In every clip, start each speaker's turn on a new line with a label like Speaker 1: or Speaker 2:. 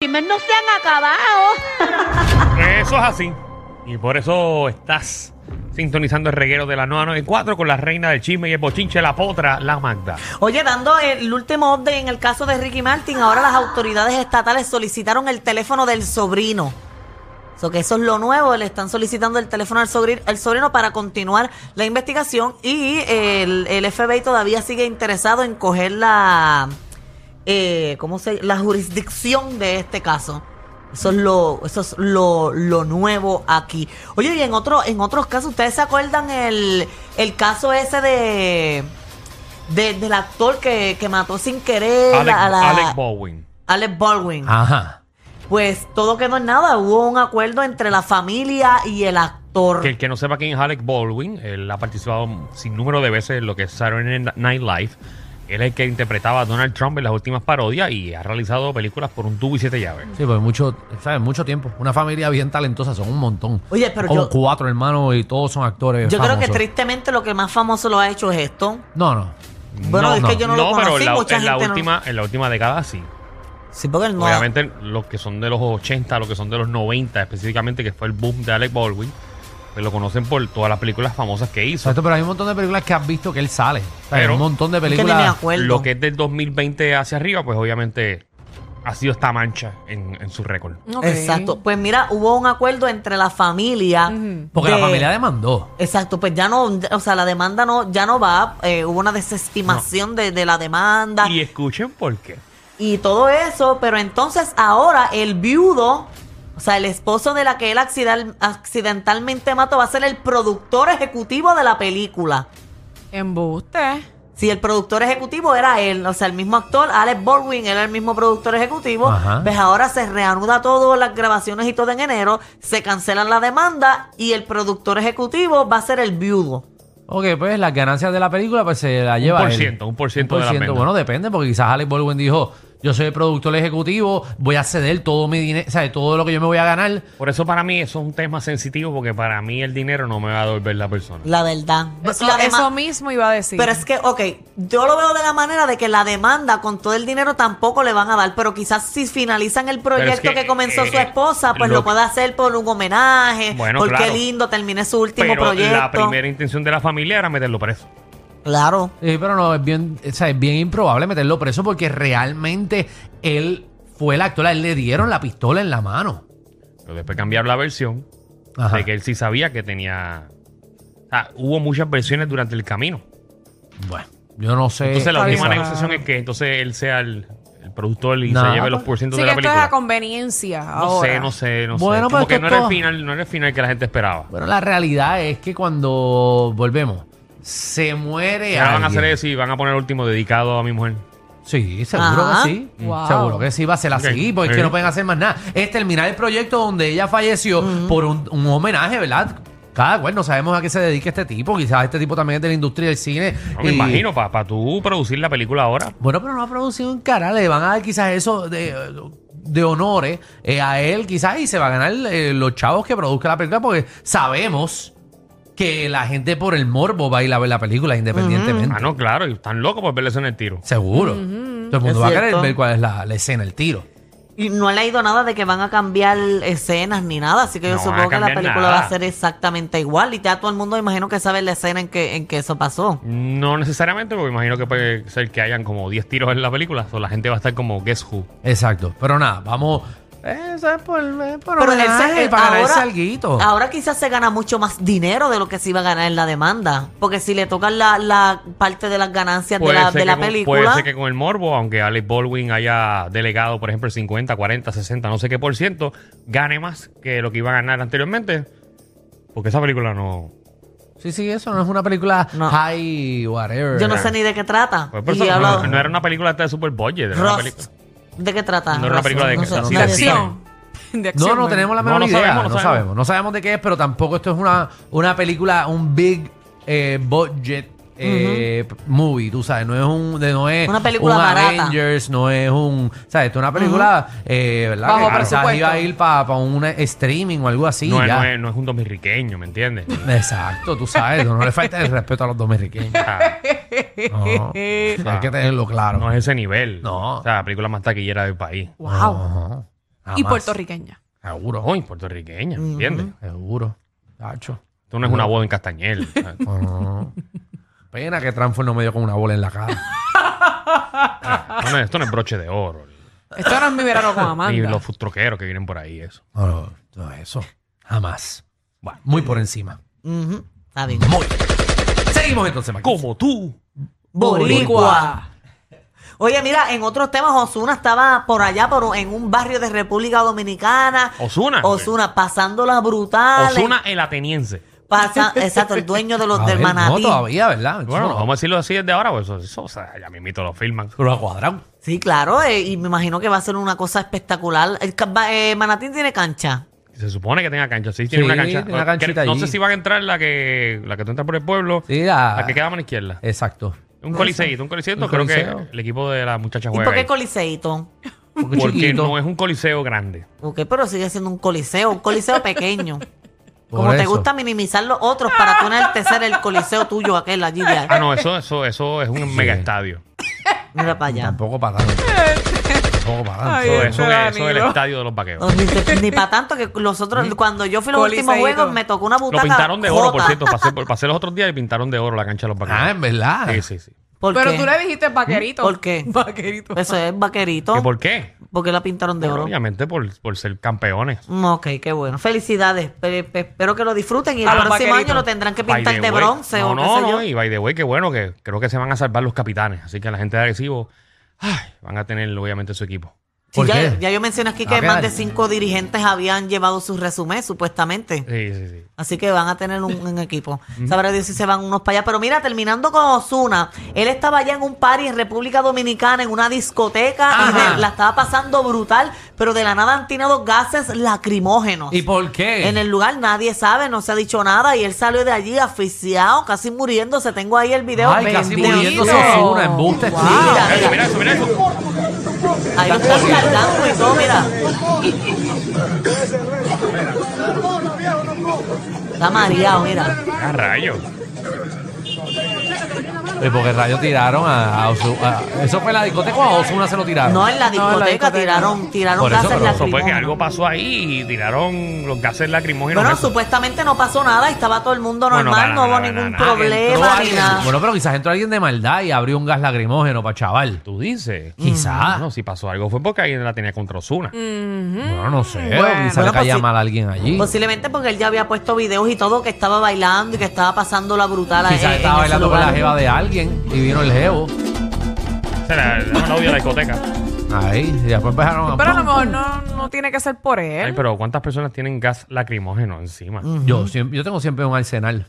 Speaker 1: chismes no se han acabado.
Speaker 2: Pues Eso es así. Y por eso estás sintonizando el reguero de la 994 con la reina del chisme y el bochinche, la potra, la Magda.
Speaker 3: Oye, dando el último update en el caso de Ricky Martin, ahora las autoridades estatales solicitaron el teléfono del sobrino. So que eso es lo nuevo, le están solicitando el teléfono al sobrino, al sobrino para continuar la investigación y eh, el, el FBI todavía sigue interesado en coger la, eh, ¿cómo se, la jurisdicción de este caso. Eso es lo, eso es lo, lo nuevo aquí. Oye, y en otro, en otros casos, ¿ustedes se acuerdan el, el caso ese de, de- del actor que, que mató sin querer
Speaker 2: Alec,
Speaker 3: a la
Speaker 2: Alec Baldwin.
Speaker 3: Alec Baldwin?
Speaker 2: Ajá.
Speaker 3: Pues todo quedó en nada. Hubo un acuerdo entre la familia y el actor.
Speaker 2: Que el que no sepa quién es Alec Baldwin, él ha participado sin número de veces en lo que es Saturday Night Live. Él es el que interpretaba a Donald Trump en las últimas parodias y ha realizado películas por un tubo y siete llaves.
Speaker 4: Sí, pues mucho, ¿sabes? Mucho tiempo. Una familia bien talentosa, son un montón.
Speaker 3: Oye, pero
Speaker 4: Como
Speaker 3: yo-
Speaker 4: cuatro hermanos y todos son actores
Speaker 3: Yo creo que
Speaker 4: famosos.
Speaker 3: tristemente lo que más famoso lo ha hecho es esto.
Speaker 4: No, no.
Speaker 3: Bueno,
Speaker 4: No,
Speaker 3: es
Speaker 4: no.
Speaker 3: que yo no, lo
Speaker 2: pero en
Speaker 3: conocí,
Speaker 2: la,
Speaker 3: mucha
Speaker 2: en la
Speaker 3: gente no-
Speaker 2: última, en la última década sí.
Speaker 3: Sí, porque él no.
Speaker 2: Obviamente los que son de los 80, los que son de los 90 específicamente, que fue el boom de Alec Baldwin, pues lo conocen por todas las películas famosas que hizo.
Speaker 4: Exacto, pero hay un montón de películas que has visto que él sale. O sea, hay
Speaker 2: Pero-
Speaker 4: un montón de
Speaker 3: Es que ni me
Speaker 4: películas.
Speaker 3: acuerdo.
Speaker 2: Lo que es del 2020 hacia arriba, pues obviamente ha sido esta mancha en, en su récord.
Speaker 3: Exacto. Pues mira, hubo un acuerdo entre la familia.
Speaker 4: Porque
Speaker 3: de-
Speaker 4: la familia demandó.
Speaker 3: Exacto, pues ya no, o sea, la demanda no, ya no va, eh, hubo una desestimación de, de la demanda
Speaker 2: Y escuchen por qué.
Speaker 3: y todo eso, pero entonces ahora el viudo, o sea, el esposo de la que él accidal- accidentalmente mató va a ser el productor ejecutivo de la película.
Speaker 1: Embuste.
Speaker 3: Si el productor ejecutivo era él, o sea, el mismo actor, Alex Baldwin era el mismo productor ejecutivo,
Speaker 4: Ajá.
Speaker 3: pues ahora se reanuda todo, las grabaciones y todo en enero, se cancelan la demanda y el productor ejecutivo va a ser el viudo.
Speaker 4: Ok, pues las ganancias de la película pues se la lleva
Speaker 2: por
Speaker 4: él.
Speaker 2: ciento, un por ciento de las ventas.
Speaker 4: Bueno, depende, porque quizás Alex Baldwin dijo, yo soy el productor ejecutivo, voy a ceder todo mi dinero, o sea, todo lo que yo me voy a ganar.
Speaker 2: Por eso para mí eso es un tema sensitivo, porque para mí el dinero no me va a devolver la persona.
Speaker 3: La verdad.
Speaker 1: Eso,
Speaker 3: La dema-
Speaker 1: eso mismo iba a decir.
Speaker 3: pero es que, ok, yo lo veo de la manera de que la demanda con todo el dinero tampoco le van a dar, pero quizás si finalizan el
Speaker 2: es
Speaker 3: proyecto que,
Speaker 2: que,
Speaker 3: comenzó
Speaker 2: eh,
Speaker 3: su esposa, pues
Speaker 2: lo
Speaker 3: lo,
Speaker 2: que-
Speaker 3: puede hacer por un homenaje,
Speaker 2: Bueno,
Speaker 3: porque
Speaker 2: claro.
Speaker 3: lindo, terminé su último
Speaker 2: Pero
Speaker 3: proyecto.
Speaker 2: la primera intención de la familia era meterlo preso.
Speaker 3: Claro.
Speaker 4: Sí, Eh, pero no, es bien, o sea, es bien improbable meterlo preso porque realmente él fue el actor, a él le dieron la pistola en la mano.
Speaker 2: Pero después cambiar la versión
Speaker 4: Ajá.
Speaker 2: de que él sí sabía que tenía... O sea, hubo muchas versiones durante el camino.
Speaker 4: Bueno, yo no sé.
Speaker 2: Entonces la
Speaker 1: Está
Speaker 2: última
Speaker 1: bien.
Speaker 2: negociación es que entonces él sea el, el productor y se
Speaker 4: Nah.
Speaker 2: lleve los por ciento
Speaker 1: Sí,
Speaker 2: de
Speaker 1: que
Speaker 2: la
Speaker 1: esto es a
Speaker 2: película.
Speaker 1: conveniencia
Speaker 2: No
Speaker 1: ahora.
Speaker 2: sé, no sé, no
Speaker 4: Bueno,
Speaker 2: sé.
Speaker 4: pero
Speaker 2: Porque
Speaker 4: esto
Speaker 2: no era el
Speaker 4: todo-
Speaker 2: final, no era el final que la gente esperaba.
Speaker 4: Bueno, la realidad es que cuando volvemos, se muere
Speaker 2: Ya van a
Speaker 4: alguien.
Speaker 2: hacer eso y van a poner el último dedicado a mi mujer.
Speaker 4: Sí, seguro
Speaker 3: Ajá.
Speaker 4: que sí.
Speaker 1: Wow.
Speaker 4: Seguro que sí, va a ser así,
Speaker 2: Ok.
Speaker 4: porque es
Speaker 2: Sí.
Speaker 4: que no pueden hacer más nada. Es terminar el proyecto donde ella falleció por un, un homenaje, ¿verdad? Cada cual no sabemos a qué se dedica este tipo. Quizás este tipo también es de la industria del cine.
Speaker 2: No me
Speaker 4: y-
Speaker 2: imagino, para tú producir la película ahora.
Speaker 4: Bueno, pero no ha producido un cara. Le van a dar quizás eso de, de honores eh, a él, quizás, y se va a ganar eh, los chavos que produzca la película, porque sabemos que la gente por el morbo va a ir a ver la película independientemente.
Speaker 2: Ah, no, claro, y están locos por verle eso en el tiro.
Speaker 4: Seguro. Todo el mundo
Speaker 3: Es
Speaker 4: va a querer
Speaker 3: cierto.
Speaker 4: ver cuál es la, la escena, el tiro.
Speaker 3: Y no he leído nada de que van a cambiar escenas ni nada, así que yo
Speaker 2: No van a
Speaker 3: supongo que la
Speaker 2: cambiar
Speaker 3: película
Speaker 2: nada.
Speaker 3: va a ser exactamente igual y ya todo el mundo imagino que sabe la escena en que, en que eso pasó.
Speaker 2: No necesariamente, porque imagino que puede ser que hayan como 10 tiros en la película. O la gente va a estar como Guess Who.
Speaker 4: Exacto. Pero nada, vamos. Eso es por, eh, por
Speaker 3: Pero
Speaker 4: homenaje,
Speaker 3: ese- eh,
Speaker 4: para ganarse
Speaker 3: ahora-
Speaker 4: alguito.
Speaker 3: Ahora quizás se gana mucho más dinero de lo que se iba a ganar en la demanda, porque si le tocan la, la parte de las ganancias de la, de
Speaker 2: que
Speaker 3: la
Speaker 2: con, puede
Speaker 3: película,
Speaker 2: ser que con el morbo, aunque Alex Baldwin haya delegado, por ejemplo, el 50, 40, 60, no sé qué por ciento, gane más que lo que iba a ganar anteriormente. Porque esa película no.
Speaker 4: Sí, sí, eso no es una película
Speaker 3: No.
Speaker 4: high, whatever.
Speaker 3: yo no sé ni de qué trata.
Speaker 2: Pues, por
Speaker 3: Y
Speaker 2: eso
Speaker 3: hablo-
Speaker 2: no, no era una película de super budget. Era una
Speaker 3: Rust.
Speaker 2: película.
Speaker 3: ¿De qué trata?
Speaker 2: No era una
Speaker 3: Rust?
Speaker 2: película de-
Speaker 3: No sé,
Speaker 2: así
Speaker 1: De
Speaker 2: de
Speaker 3: nadie sabe.
Speaker 1: acción. De acción,
Speaker 4: No, no tenemos la
Speaker 2: No,
Speaker 4: menor
Speaker 2: no
Speaker 4: idea.
Speaker 2: sabemos, no
Speaker 4: no,
Speaker 2: sabemos.
Speaker 4: sabemos. No sabemos de qué es, pero tampoco esto es una, una película, un big eh, budget eh, movie, tú sabes. No es un. de- no es
Speaker 3: Una película
Speaker 4: un
Speaker 3: barata.
Speaker 4: Avengers, no es un. ¿Sabes? Esto es una película, eh, ¿verdad?
Speaker 1: Bajo
Speaker 4: que quizás
Speaker 1: presupuesto.
Speaker 4: iba a ir para un streaming o algo así.
Speaker 2: No, es-
Speaker 4: ya.
Speaker 2: no es, no es un dominriqueño, ¿me entiendes?
Speaker 4: Exacto, tú sabes. No le falta el respeto a los dominicanos.
Speaker 2: O sea,
Speaker 4: No, hay que tenerlo claro.
Speaker 2: no es ese nivel.
Speaker 4: No.
Speaker 2: O sea, la película más taquillera del país.
Speaker 1: Wow.
Speaker 4: Ajá.
Speaker 1: y
Speaker 4: Jamás.
Speaker 1: puertorriqueña.
Speaker 4: Seguro.
Speaker 2: Hoy, puertorriqueña, ¿entiendes?
Speaker 4: Seguro. Tacho.
Speaker 2: Esto no es una boda en Castañel.
Speaker 4: No, no, no. Pena que Transform no me dio con una bola en la cara.
Speaker 2: Esto no es- esto no es broche de oro.
Speaker 1: Esto no es mi verano con
Speaker 2: Ni
Speaker 1: Amanda.
Speaker 2: los food truckeros que vienen por ahí, eso.
Speaker 4: No, no, no, eso. Jamás. Bueno, muy por encima.
Speaker 3: Ujú, Está bien.
Speaker 4: Muy. Seguimos entonces, Maquis.
Speaker 2: Como tú.
Speaker 3: Boricua. Oye, mira, en otros temas, Osuna estaba por allá, por, en un barrio de República Dominicana.
Speaker 2: Ozuna.
Speaker 3: Osuna, pasándola brutal.
Speaker 2: Osuna el ateniense.
Speaker 3: Pasa- exacto, el dueño de los
Speaker 4: A
Speaker 3: del
Speaker 4: ver,
Speaker 3: manatí.
Speaker 4: No, todavía, ¿verdad?
Speaker 2: Bueno,
Speaker 4: Eso no.
Speaker 2: vamos a decirlo así desde ahora, pues eso, eso, o sea, ya mismito lo filman.
Speaker 4: Pero a cuadrado.
Speaker 3: Sí, claro, eh, y me imagino que va a ser una cosa espectacular. El, ca- va- eh, Manatí tiene cancha.
Speaker 2: Se supone que tenga cancha. Sí, tiene una cancha.
Speaker 4: tiene una
Speaker 2: No,
Speaker 4: canchita
Speaker 2: que- no
Speaker 4: allí.
Speaker 2: sé si van a entrar la que, la que tú entras por el pueblo.
Speaker 4: Sí, la-
Speaker 2: La que queda a mano izquierda.
Speaker 4: Exacto.
Speaker 2: Un coliseíto, un coliseíto.
Speaker 4: Un
Speaker 2: creo
Speaker 4: coliseo.
Speaker 2: que el equipo de la muchacha
Speaker 3: ¿Y
Speaker 2: juega.
Speaker 3: por qué
Speaker 2: ahí.
Speaker 3: coliseíto?
Speaker 4: Porque,
Speaker 2: Porque
Speaker 4: chiquito.
Speaker 2: no es un coliseo grande.
Speaker 3: Ok, pero sigue siendo un coliseo, un coliseo pequeño. Como
Speaker 4: Por
Speaker 3: te
Speaker 4: eso.
Speaker 3: gusta minimizar los otros para tú enaltecer el coliseo tuyo, aquel allí de
Speaker 2: Ah, no, eso, eso, eso es un mega estadio.
Speaker 3: Mira para allá.
Speaker 4: Tampoco para tanto. Tampoco para tanto.
Speaker 1: Ay,
Speaker 2: Eso,
Speaker 1: Dios.
Speaker 2: eso
Speaker 1: Este
Speaker 2: es, eso es el
Speaker 1: Danilo.
Speaker 2: estadio de los vaqueros.
Speaker 3: No, Ni, para tanto que los otros, cuando yo fui a los últimos
Speaker 1: Coliseíto.
Speaker 3: juegos, me tocó una
Speaker 2: Lo
Speaker 3: butaca.
Speaker 2: pintaron de oro, por
Speaker 3: jota.
Speaker 2: cierto. Pasé, por- pasé los otros días y pintaron de oro la cancha de los
Speaker 4: Ah,
Speaker 2: vaqueros.
Speaker 4: en verdad.
Speaker 2: sí, sí, sí.
Speaker 3: ¿Por
Speaker 1: Pero
Speaker 3: qué?
Speaker 1: tú le dijiste vaquerito.
Speaker 3: ¿Por qué?
Speaker 1: Vaquerito.
Speaker 3: Eso es vaquerito.
Speaker 2: ¿Y
Speaker 3: ¿Por
Speaker 2: por qué?
Speaker 3: qué la pintaron de
Speaker 2: Bueno,
Speaker 3: oro?
Speaker 2: Obviamente por, por ser campeones.
Speaker 3: Mm, Ok, qué bueno. Felicidades. Pe- pe- Espero que lo disfruten y el
Speaker 1: A los
Speaker 3: próximo
Speaker 1: vaqueritos.
Speaker 3: año lo tendrán que
Speaker 2: By
Speaker 3: pintar
Speaker 2: the
Speaker 3: de
Speaker 2: way.
Speaker 3: bronce
Speaker 2: no,
Speaker 3: o qué
Speaker 2: no,
Speaker 3: sé
Speaker 2: no,
Speaker 3: yo.
Speaker 2: y by the way, que bueno, que creo que se van a salvar los capitanes. Así que la gente de Arecibo, ay, van a tener obviamente su equipo.
Speaker 3: Sí,
Speaker 4: ¿Por
Speaker 3: ya,
Speaker 4: qué?
Speaker 3: ya yo mencioné aquí que
Speaker 4: Ah,
Speaker 3: más
Speaker 4: qué-
Speaker 3: de cinco dirigentes habían llevado sus resumés, supuestamente.
Speaker 2: Sí, sí, sí.
Speaker 3: Así que van a tener un, un equipo. Sabrá Dios si se van unos para allá. Pero mira, terminando con Osuna, él estaba allá en un party en República Dominicana, en una discoteca, y
Speaker 4: Ajá.
Speaker 3: de- la estaba pasando brutal, pero de la nada han tirado gases lacrimógenos.
Speaker 4: ¿Y por qué?
Speaker 3: En el lugar nadie sabe, no se ha dicho nada, y él salió de allí asfixiado, casi muriéndose. Tengo ahí el video.
Speaker 4: Ay, casi
Speaker 1: Bendito.
Speaker 4: muriéndose Osuna en Buster.
Speaker 3: Wow.
Speaker 4: Mira.
Speaker 3: Mira,
Speaker 2: Mira eso, mira
Speaker 3: mira.
Speaker 2: eso, mira eso.
Speaker 3: Ahí lo están cargando y todo, mira. Está mareado, mira.
Speaker 2: Ah, rayos.
Speaker 4: ¿Y por qué rayos tiraron a, a Ozu- a- ¿Eso fue en la discoteca o a Osuna se lo tiraron?
Speaker 3: No, en la discoteca,
Speaker 1: discoteca.
Speaker 3: tiraron, tiraron
Speaker 4: Por eso,
Speaker 3: gases
Speaker 4: pero
Speaker 2: Eso fue pues, que
Speaker 3: lacrimógenos.
Speaker 2: algo pasó ahí y tiraron los gases lacrimógenos.
Speaker 3: Bueno,
Speaker 2: Eso.
Speaker 3: supuestamente no pasó nada y estaba todo el mundo
Speaker 2: Bueno,
Speaker 3: normal,
Speaker 2: para,
Speaker 3: no hubo
Speaker 2: para,
Speaker 3: ningún
Speaker 2: para, para.
Speaker 4: Entró
Speaker 3: problema ni
Speaker 4: alguien.
Speaker 3: nada.
Speaker 4: Bueno, pero quizás entró alguien de maldad y abrió un gas lacrimógeno para chaval.
Speaker 2: Tú dices.
Speaker 3: Mm.
Speaker 4: Quizás.
Speaker 2: No, si pasó algo fue porque alguien la tenía contra Osuna.
Speaker 4: Bueno, no sé.
Speaker 1: Bueno.
Speaker 4: o quizás
Speaker 3: Bueno,
Speaker 4: le caía
Speaker 3: posi-
Speaker 4: mal a alguien allí.
Speaker 3: Posiblemente porque él ya había puesto videos y todo que estaba bailando y que estaba pasando la brutal a- en-
Speaker 4: Quizás
Speaker 3: Eh, en
Speaker 4: estaba
Speaker 3: ese
Speaker 4: bailando con
Speaker 3: lugar.
Speaker 4: la jeva de alguien y vino el jevo.
Speaker 2: Se la, dame el audio de la discoteca.
Speaker 4: Ahí, y después empezaron a...
Speaker 1: Pero a lo mejor no, no tiene que ser por él.
Speaker 2: Ay, pero ¿cuántas personas tienen gas lacrimógeno encima?
Speaker 3: Mm.
Speaker 4: Yo, siempre- yo tengo siempre un arsenal.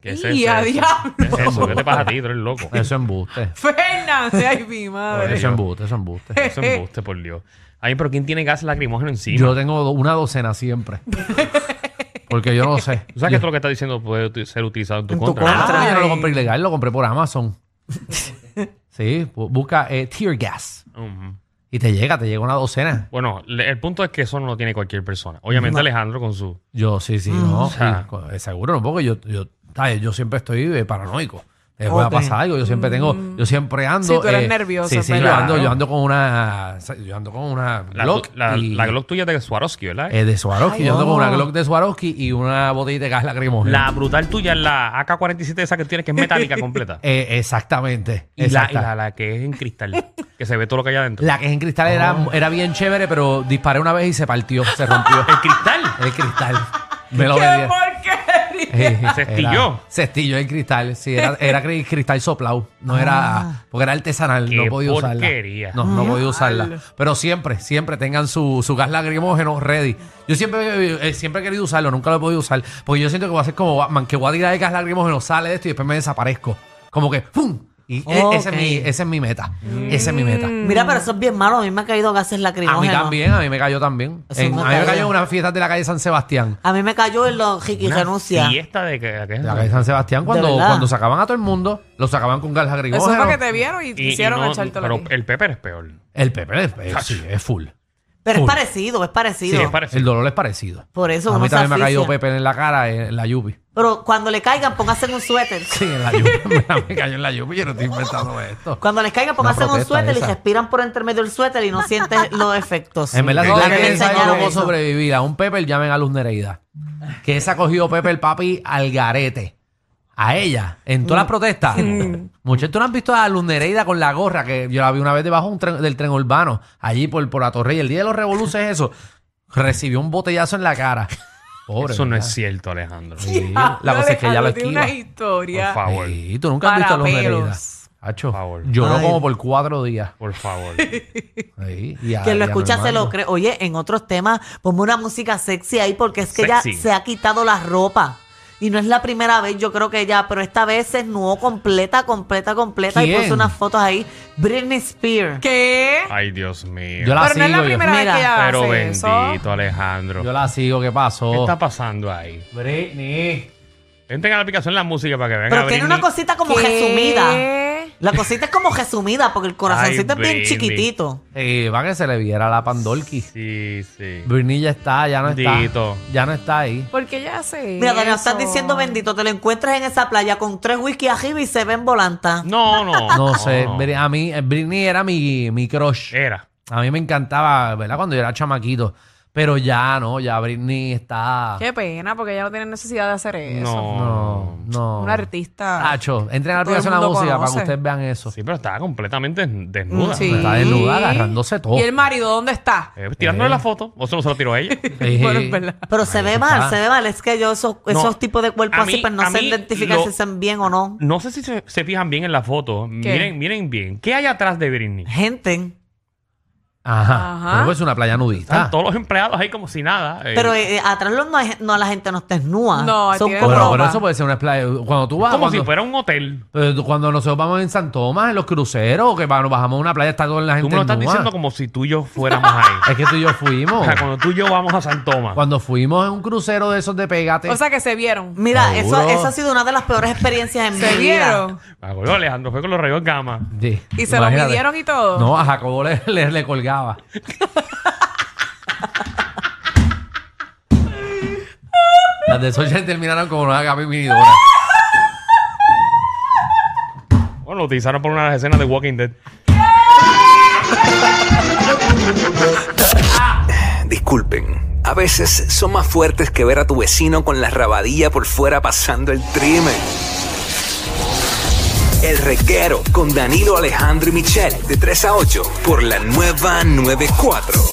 Speaker 2: ¿Qué es
Speaker 1: ¡Y
Speaker 2: eso?
Speaker 1: a
Speaker 2: ¿Qué es
Speaker 1: diablo!
Speaker 2: eso? ¿Qué te pasa a ti? Tú eres loco.
Speaker 4: Eso embuste.
Speaker 1: Fernández, ay, mi
Speaker 2: Por
Speaker 1: madre.
Speaker 4: Eso embuste, eso embuste.
Speaker 2: Eso es embuste, por Dios. Ay, pero ¿quién tiene gas lacrimógeno encima?
Speaker 4: Yo tengo do- una docena siempre. Porque yo no sé.
Speaker 2: ¿Tú sabes que esto lo que está diciendo puede uti- ser utilizado en tu
Speaker 3: En tu
Speaker 2: contra?
Speaker 3: contra.
Speaker 2: ¿verdad?
Speaker 4: Ah, yo no lo
Speaker 1: Ay.
Speaker 4: compré ilegal, lo compré por Amazon. Sí, bu- busca eh, tear gas
Speaker 2: Ujú.
Speaker 4: y te llega, te llega una docena.
Speaker 2: Bueno, le- el punto es que eso no lo tiene cualquier persona. Obviamente Alejandro con su...
Speaker 4: Yo sí, sí, no.
Speaker 2: O sea.
Speaker 4: sí, co- eh, seguro no, porque yo, yo, ¿sabes? yo siempre estoy eh, paranoico. Me puede
Speaker 3: Ok.
Speaker 4: pasar algo, yo siempre tengo, yo siempre ando. eh,
Speaker 1: Sí, tú eres nervioso,
Speaker 4: Sí, sí,
Speaker 1: pero-
Speaker 4: yo ando,
Speaker 2: Claro.
Speaker 4: yo ando con una, yo ando con una
Speaker 2: La
Speaker 4: Glock.
Speaker 2: la-
Speaker 4: y-
Speaker 2: la Glock tuya es de Swarovski, ¿verdad?
Speaker 4: eh, de Swarovski,
Speaker 3: Ay,
Speaker 4: yo ando con una
Speaker 3: no.
Speaker 4: Glock de Swarovski y una botella de gas lacrimógena.
Speaker 2: La brutal tuya es la AK-47 esa que tienes que es metálica completa.
Speaker 4: Eh, exactamente.
Speaker 2: y la, y
Speaker 4: exacta.
Speaker 2: la- la que es en cristal, que se ve todo lo que hay adentro.
Speaker 4: La que es en cristal
Speaker 2: Oh.
Speaker 4: era, era bien chévere, pero disparé una vez y se partió, se rompió.
Speaker 2: ¿El cristal?
Speaker 4: el cristal. Me lo
Speaker 1: ¡Qué
Speaker 4: vendía.
Speaker 1: porquería!
Speaker 2: Se estilló.
Speaker 4: Eh, Se estilló el cristal. Sí, era, era cri- cristal soplado. No era. Porque era artesanal.
Speaker 2: Ah. Qué
Speaker 4: no podía
Speaker 2: porquería.
Speaker 4: usarla. No, no podía usarla. Pero siempre, siempre tengan su, su gas lacrimógeno ready. Yo siempre, eh, siempre he querido usarlo, nunca lo he podido usar. Porque yo siento que voy a ser como Batman, que voy a tirar el gas lacrimógeno, sale de esto y después me desaparezco. Como que ¡pum! Y e-
Speaker 3: Ok.
Speaker 4: esa, es mi, esa es mi meta. Esa es mi meta.
Speaker 3: Mira, pero eso es bien malo, a mí me ha caído gases
Speaker 4: A
Speaker 3: lacrimógenos.
Speaker 4: mí también, a mí me cayó también.
Speaker 3: Eso
Speaker 4: En-
Speaker 3: me
Speaker 4: a mí me
Speaker 3: cayó.
Speaker 4: cayó en una fiesta de la calle San Sebastián.
Speaker 3: A mí me cayó en los jiquis
Speaker 2: Una
Speaker 3: renuncia.
Speaker 2: Fiesta de que, que-
Speaker 4: De la calle San Sebastián, cuando,
Speaker 3: verdad.
Speaker 4: cuando sacaban a todo el mundo, lo sacaban con gas
Speaker 1: Eso es
Speaker 4: lacrimógeno.
Speaker 1: para que te vieron y,
Speaker 2: y- y
Speaker 1: quisieron
Speaker 2: no-
Speaker 1: echártelo
Speaker 2: Pero
Speaker 1: aquí.
Speaker 2: el Pepper es peor.
Speaker 4: El Pepe es, es- sí, es full.
Speaker 3: Pero es
Speaker 4: Full.
Speaker 3: parecido, es parecido.
Speaker 2: Sí, es parecido.
Speaker 4: El dolor es parecido.
Speaker 3: Por eso
Speaker 4: a
Speaker 3: uno
Speaker 4: mí
Speaker 3: se
Speaker 4: también me ha caído
Speaker 3: asfixia.
Speaker 4: Pepe en la cara, eh, en la lluvia.
Speaker 3: Pero cuando le caigan, pónganse un suéter.
Speaker 4: Sí, en la lluvia. Mira, me cayó en la lluvia. Yo no estoy inventando esto.
Speaker 3: Cuando les caigan, pónganse
Speaker 4: Una
Speaker 3: un
Speaker 4: protesta
Speaker 3: suéter
Speaker 4: esa.
Speaker 3: y respiran por entre medio del suéter y no sientes los efectos.
Speaker 4: En verdad, si
Speaker 3: La
Speaker 1: No,
Speaker 4: ustedes
Speaker 1: que
Speaker 3: me
Speaker 4: quieren saber
Speaker 3: enseñaron
Speaker 4: cómo
Speaker 3: eso.
Speaker 4: sobrevivir a un Pepper, llamen a Luz Nereida. Que esa ha cogido Pepper el papi al garete. A ella, en
Speaker 3: Mm.
Speaker 4: todas las protestas. Muchachos, ¿tú no han visto a Luz Nereida con la gorra? Que yo la vi una vez debajo de un tren- del tren urbano, allí por, por la torre. Y el día de los revoluces, eso. Recibió un botellazo en la cara. Pobre.
Speaker 2: Eso no
Speaker 4: ¿verdad?
Speaker 2: es cierto, Alejandro.
Speaker 4: Sí, la cosa es que ella lo
Speaker 1: Ah, Alejandro tiene
Speaker 4: esquiva.
Speaker 1: una historia.
Speaker 2: Por favor,
Speaker 4: Sí, tú nunca has
Speaker 1: Para
Speaker 4: visto a Luz
Speaker 1: pelos.
Speaker 4: Nereida. Hacho,
Speaker 2: Por favor.
Speaker 4: lloró
Speaker 3: Ay.
Speaker 4: como por cuatro días.
Speaker 2: por favor.
Speaker 4: Sí, y a-
Speaker 3: Quien lo
Speaker 4: y a
Speaker 3: escucha se
Speaker 4: Normando.
Speaker 3: lo cree. Oye, en otros temas, ponme una música sexy ahí porque es que ella
Speaker 2: Sexy.
Speaker 3: se ha quitado la ropa. Y no es la primera vez, yo creo que ella, pero esta vez se nuó completa, completa, completa y
Speaker 4: ¿Quién?
Speaker 3: puso unas fotos ahí. Britney Spears.
Speaker 1: ¿Qué?
Speaker 2: Ay, Dios mío.
Speaker 4: Yo la
Speaker 1: Pero no es la
Speaker 4: sigo, yo.
Speaker 1: primera vez
Speaker 3: Mira.
Speaker 1: que ella
Speaker 2: Pero
Speaker 1: hace
Speaker 2: bendito,
Speaker 1: eso.
Speaker 2: Alejandro.
Speaker 4: Yo la sigo, ¿qué pasó?
Speaker 2: ¿Qué está pasando ahí?
Speaker 4: Britney.
Speaker 2: Entren a la aplicación la música para que vean
Speaker 3: Pero
Speaker 2: a
Speaker 3: tiene
Speaker 2: Britney.
Speaker 3: una cosita como
Speaker 1: ¿Qué?
Speaker 3: resumida. La cosita es como resumida porque el corazoncito
Speaker 2: Ay,
Speaker 3: es bien
Speaker 2: Britney.
Speaker 3: chiquitito.
Speaker 4: Eh, va que se le viera la Pandolki.
Speaker 2: Sí, sí.
Speaker 4: Britney ya está, ya no está.
Speaker 2: Bendito.
Speaker 4: Ya no está ahí.
Speaker 1: ¿Por qué ella hace
Speaker 3: Mira,
Speaker 1: eso?
Speaker 3: Daniel, estás diciendo bendito, te lo encuentras en esa playa con tres whisky arriba y se ven volanta.
Speaker 2: No, no. Eh.
Speaker 4: No sé, Bri- a mí, eh, Britney era mi, mi crush.
Speaker 2: Era.
Speaker 4: A mí me encantaba, ¿verdad? Cuando yo era chamaquito. Pero ya no, ya Britney está.
Speaker 1: Qué pena, porque ella no tiene necesidad de hacer eso.
Speaker 4: No,
Speaker 2: No.
Speaker 4: no.
Speaker 1: Una artista.
Speaker 4: Tacho, entren a la
Speaker 1: Todo el
Speaker 4: aplicación de la
Speaker 1: mundo
Speaker 4: música para que
Speaker 1: conoce.
Speaker 4: ustedes vean eso.
Speaker 2: Sí, pero estaba completamente desnuda.
Speaker 1: Sí.
Speaker 4: Está desnuda, agarrándose todo.
Speaker 1: ¿Y el marido dónde está?
Speaker 2: Eh, tirándole la foto. O se no se la tiró a ella.
Speaker 4: Sí.
Speaker 1: Bueno, es verdad.
Speaker 3: Pero se ve mal,
Speaker 4: está.
Speaker 3: se ve mal. Es que yo esos, esos
Speaker 2: No,
Speaker 3: tipos de cuerpos
Speaker 2: a
Speaker 3: así,
Speaker 2: mí-
Speaker 3: pues no
Speaker 2: a
Speaker 3: sé
Speaker 2: mí
Speaker 3: identificar
Speaker 2: lo-
Speaker 3: si están bien o no.
Speaker 2: No sé si se, se fijan bien en la foto. Miren, miren bien. ¿Qué hay atrás de Britney?
Speaker 3: Gente.
Speaker 4: Ajá.
Speaker 1: Ajá.
Speaker 4: Pero pues es una playa
Speaker 2: Están
Speaker 4: nudista.
Speaker 2: todos los empleados ahí como si nada. eh,
Speaker 3: Pero eh, atrás los no, hay gen- no, la gente no está desnuda.
Speaker 1: No,
Speaker 3: Son
Speaker 1: tiene
Speaker 3: como-
Speaker 4: Bueno,
Speaker 1: ropa.
Speaker 4: pero eso puede ser una playa. Cuando tú vas.
Speaker 2: como
Speaker 4: cuando-
Speaker 2: si fuera un hotel.
Speaker 4: Pero tú- cuando nosotros vamos en San Tomás, en los cruceros, que pa- nos bajamos a una playa, está toda la gente
Speaker 2: Tú me lo estás
Speaker 4: nua.
Speaker 2: diciendo como si tú y yo fuéramos ahí.
Speaker 4: Es que tú y yo
Speaker 2: o
Speaker 4: fuimos.
Speaker 2: sea, cuando tú y yo vamos a San Tomás.
Speaker 4: cuando fuimos en un crucero de esos de pegate.
Speaker 1: O sea que se vieron.
Speaker 3: Mira, eso,
Speaker 4: Seguro.
Speaker 3: eso ha sido una de las peores experiencias en
Speaker 1: Se
Speaker 3: mi vida.
Speaker 1: vieron.
Speaker 2: Me acuerdo, Ah, Alejandro fue con los rayos gamma.
Speaker 4: Sí,
Speaker 1: Y se
Speaker 4: imagínate.
Speaker 1: lo midieron y todo.
Speaker 4: No, a Jacobo le, le- le colgaba. Las de Socha terminaron como una gabi minidora.
Speaker 2: Bueno, lo utilizaron por una de las escenas de Walking Dead.
Speaker 5: Disculpen, a veces son más fuertes que ver a tu vecino con la rabadilla por fuera pasando el trimen. El reguero con Danilo Alejandro y Michel de 3 a 8 por la nueva 94.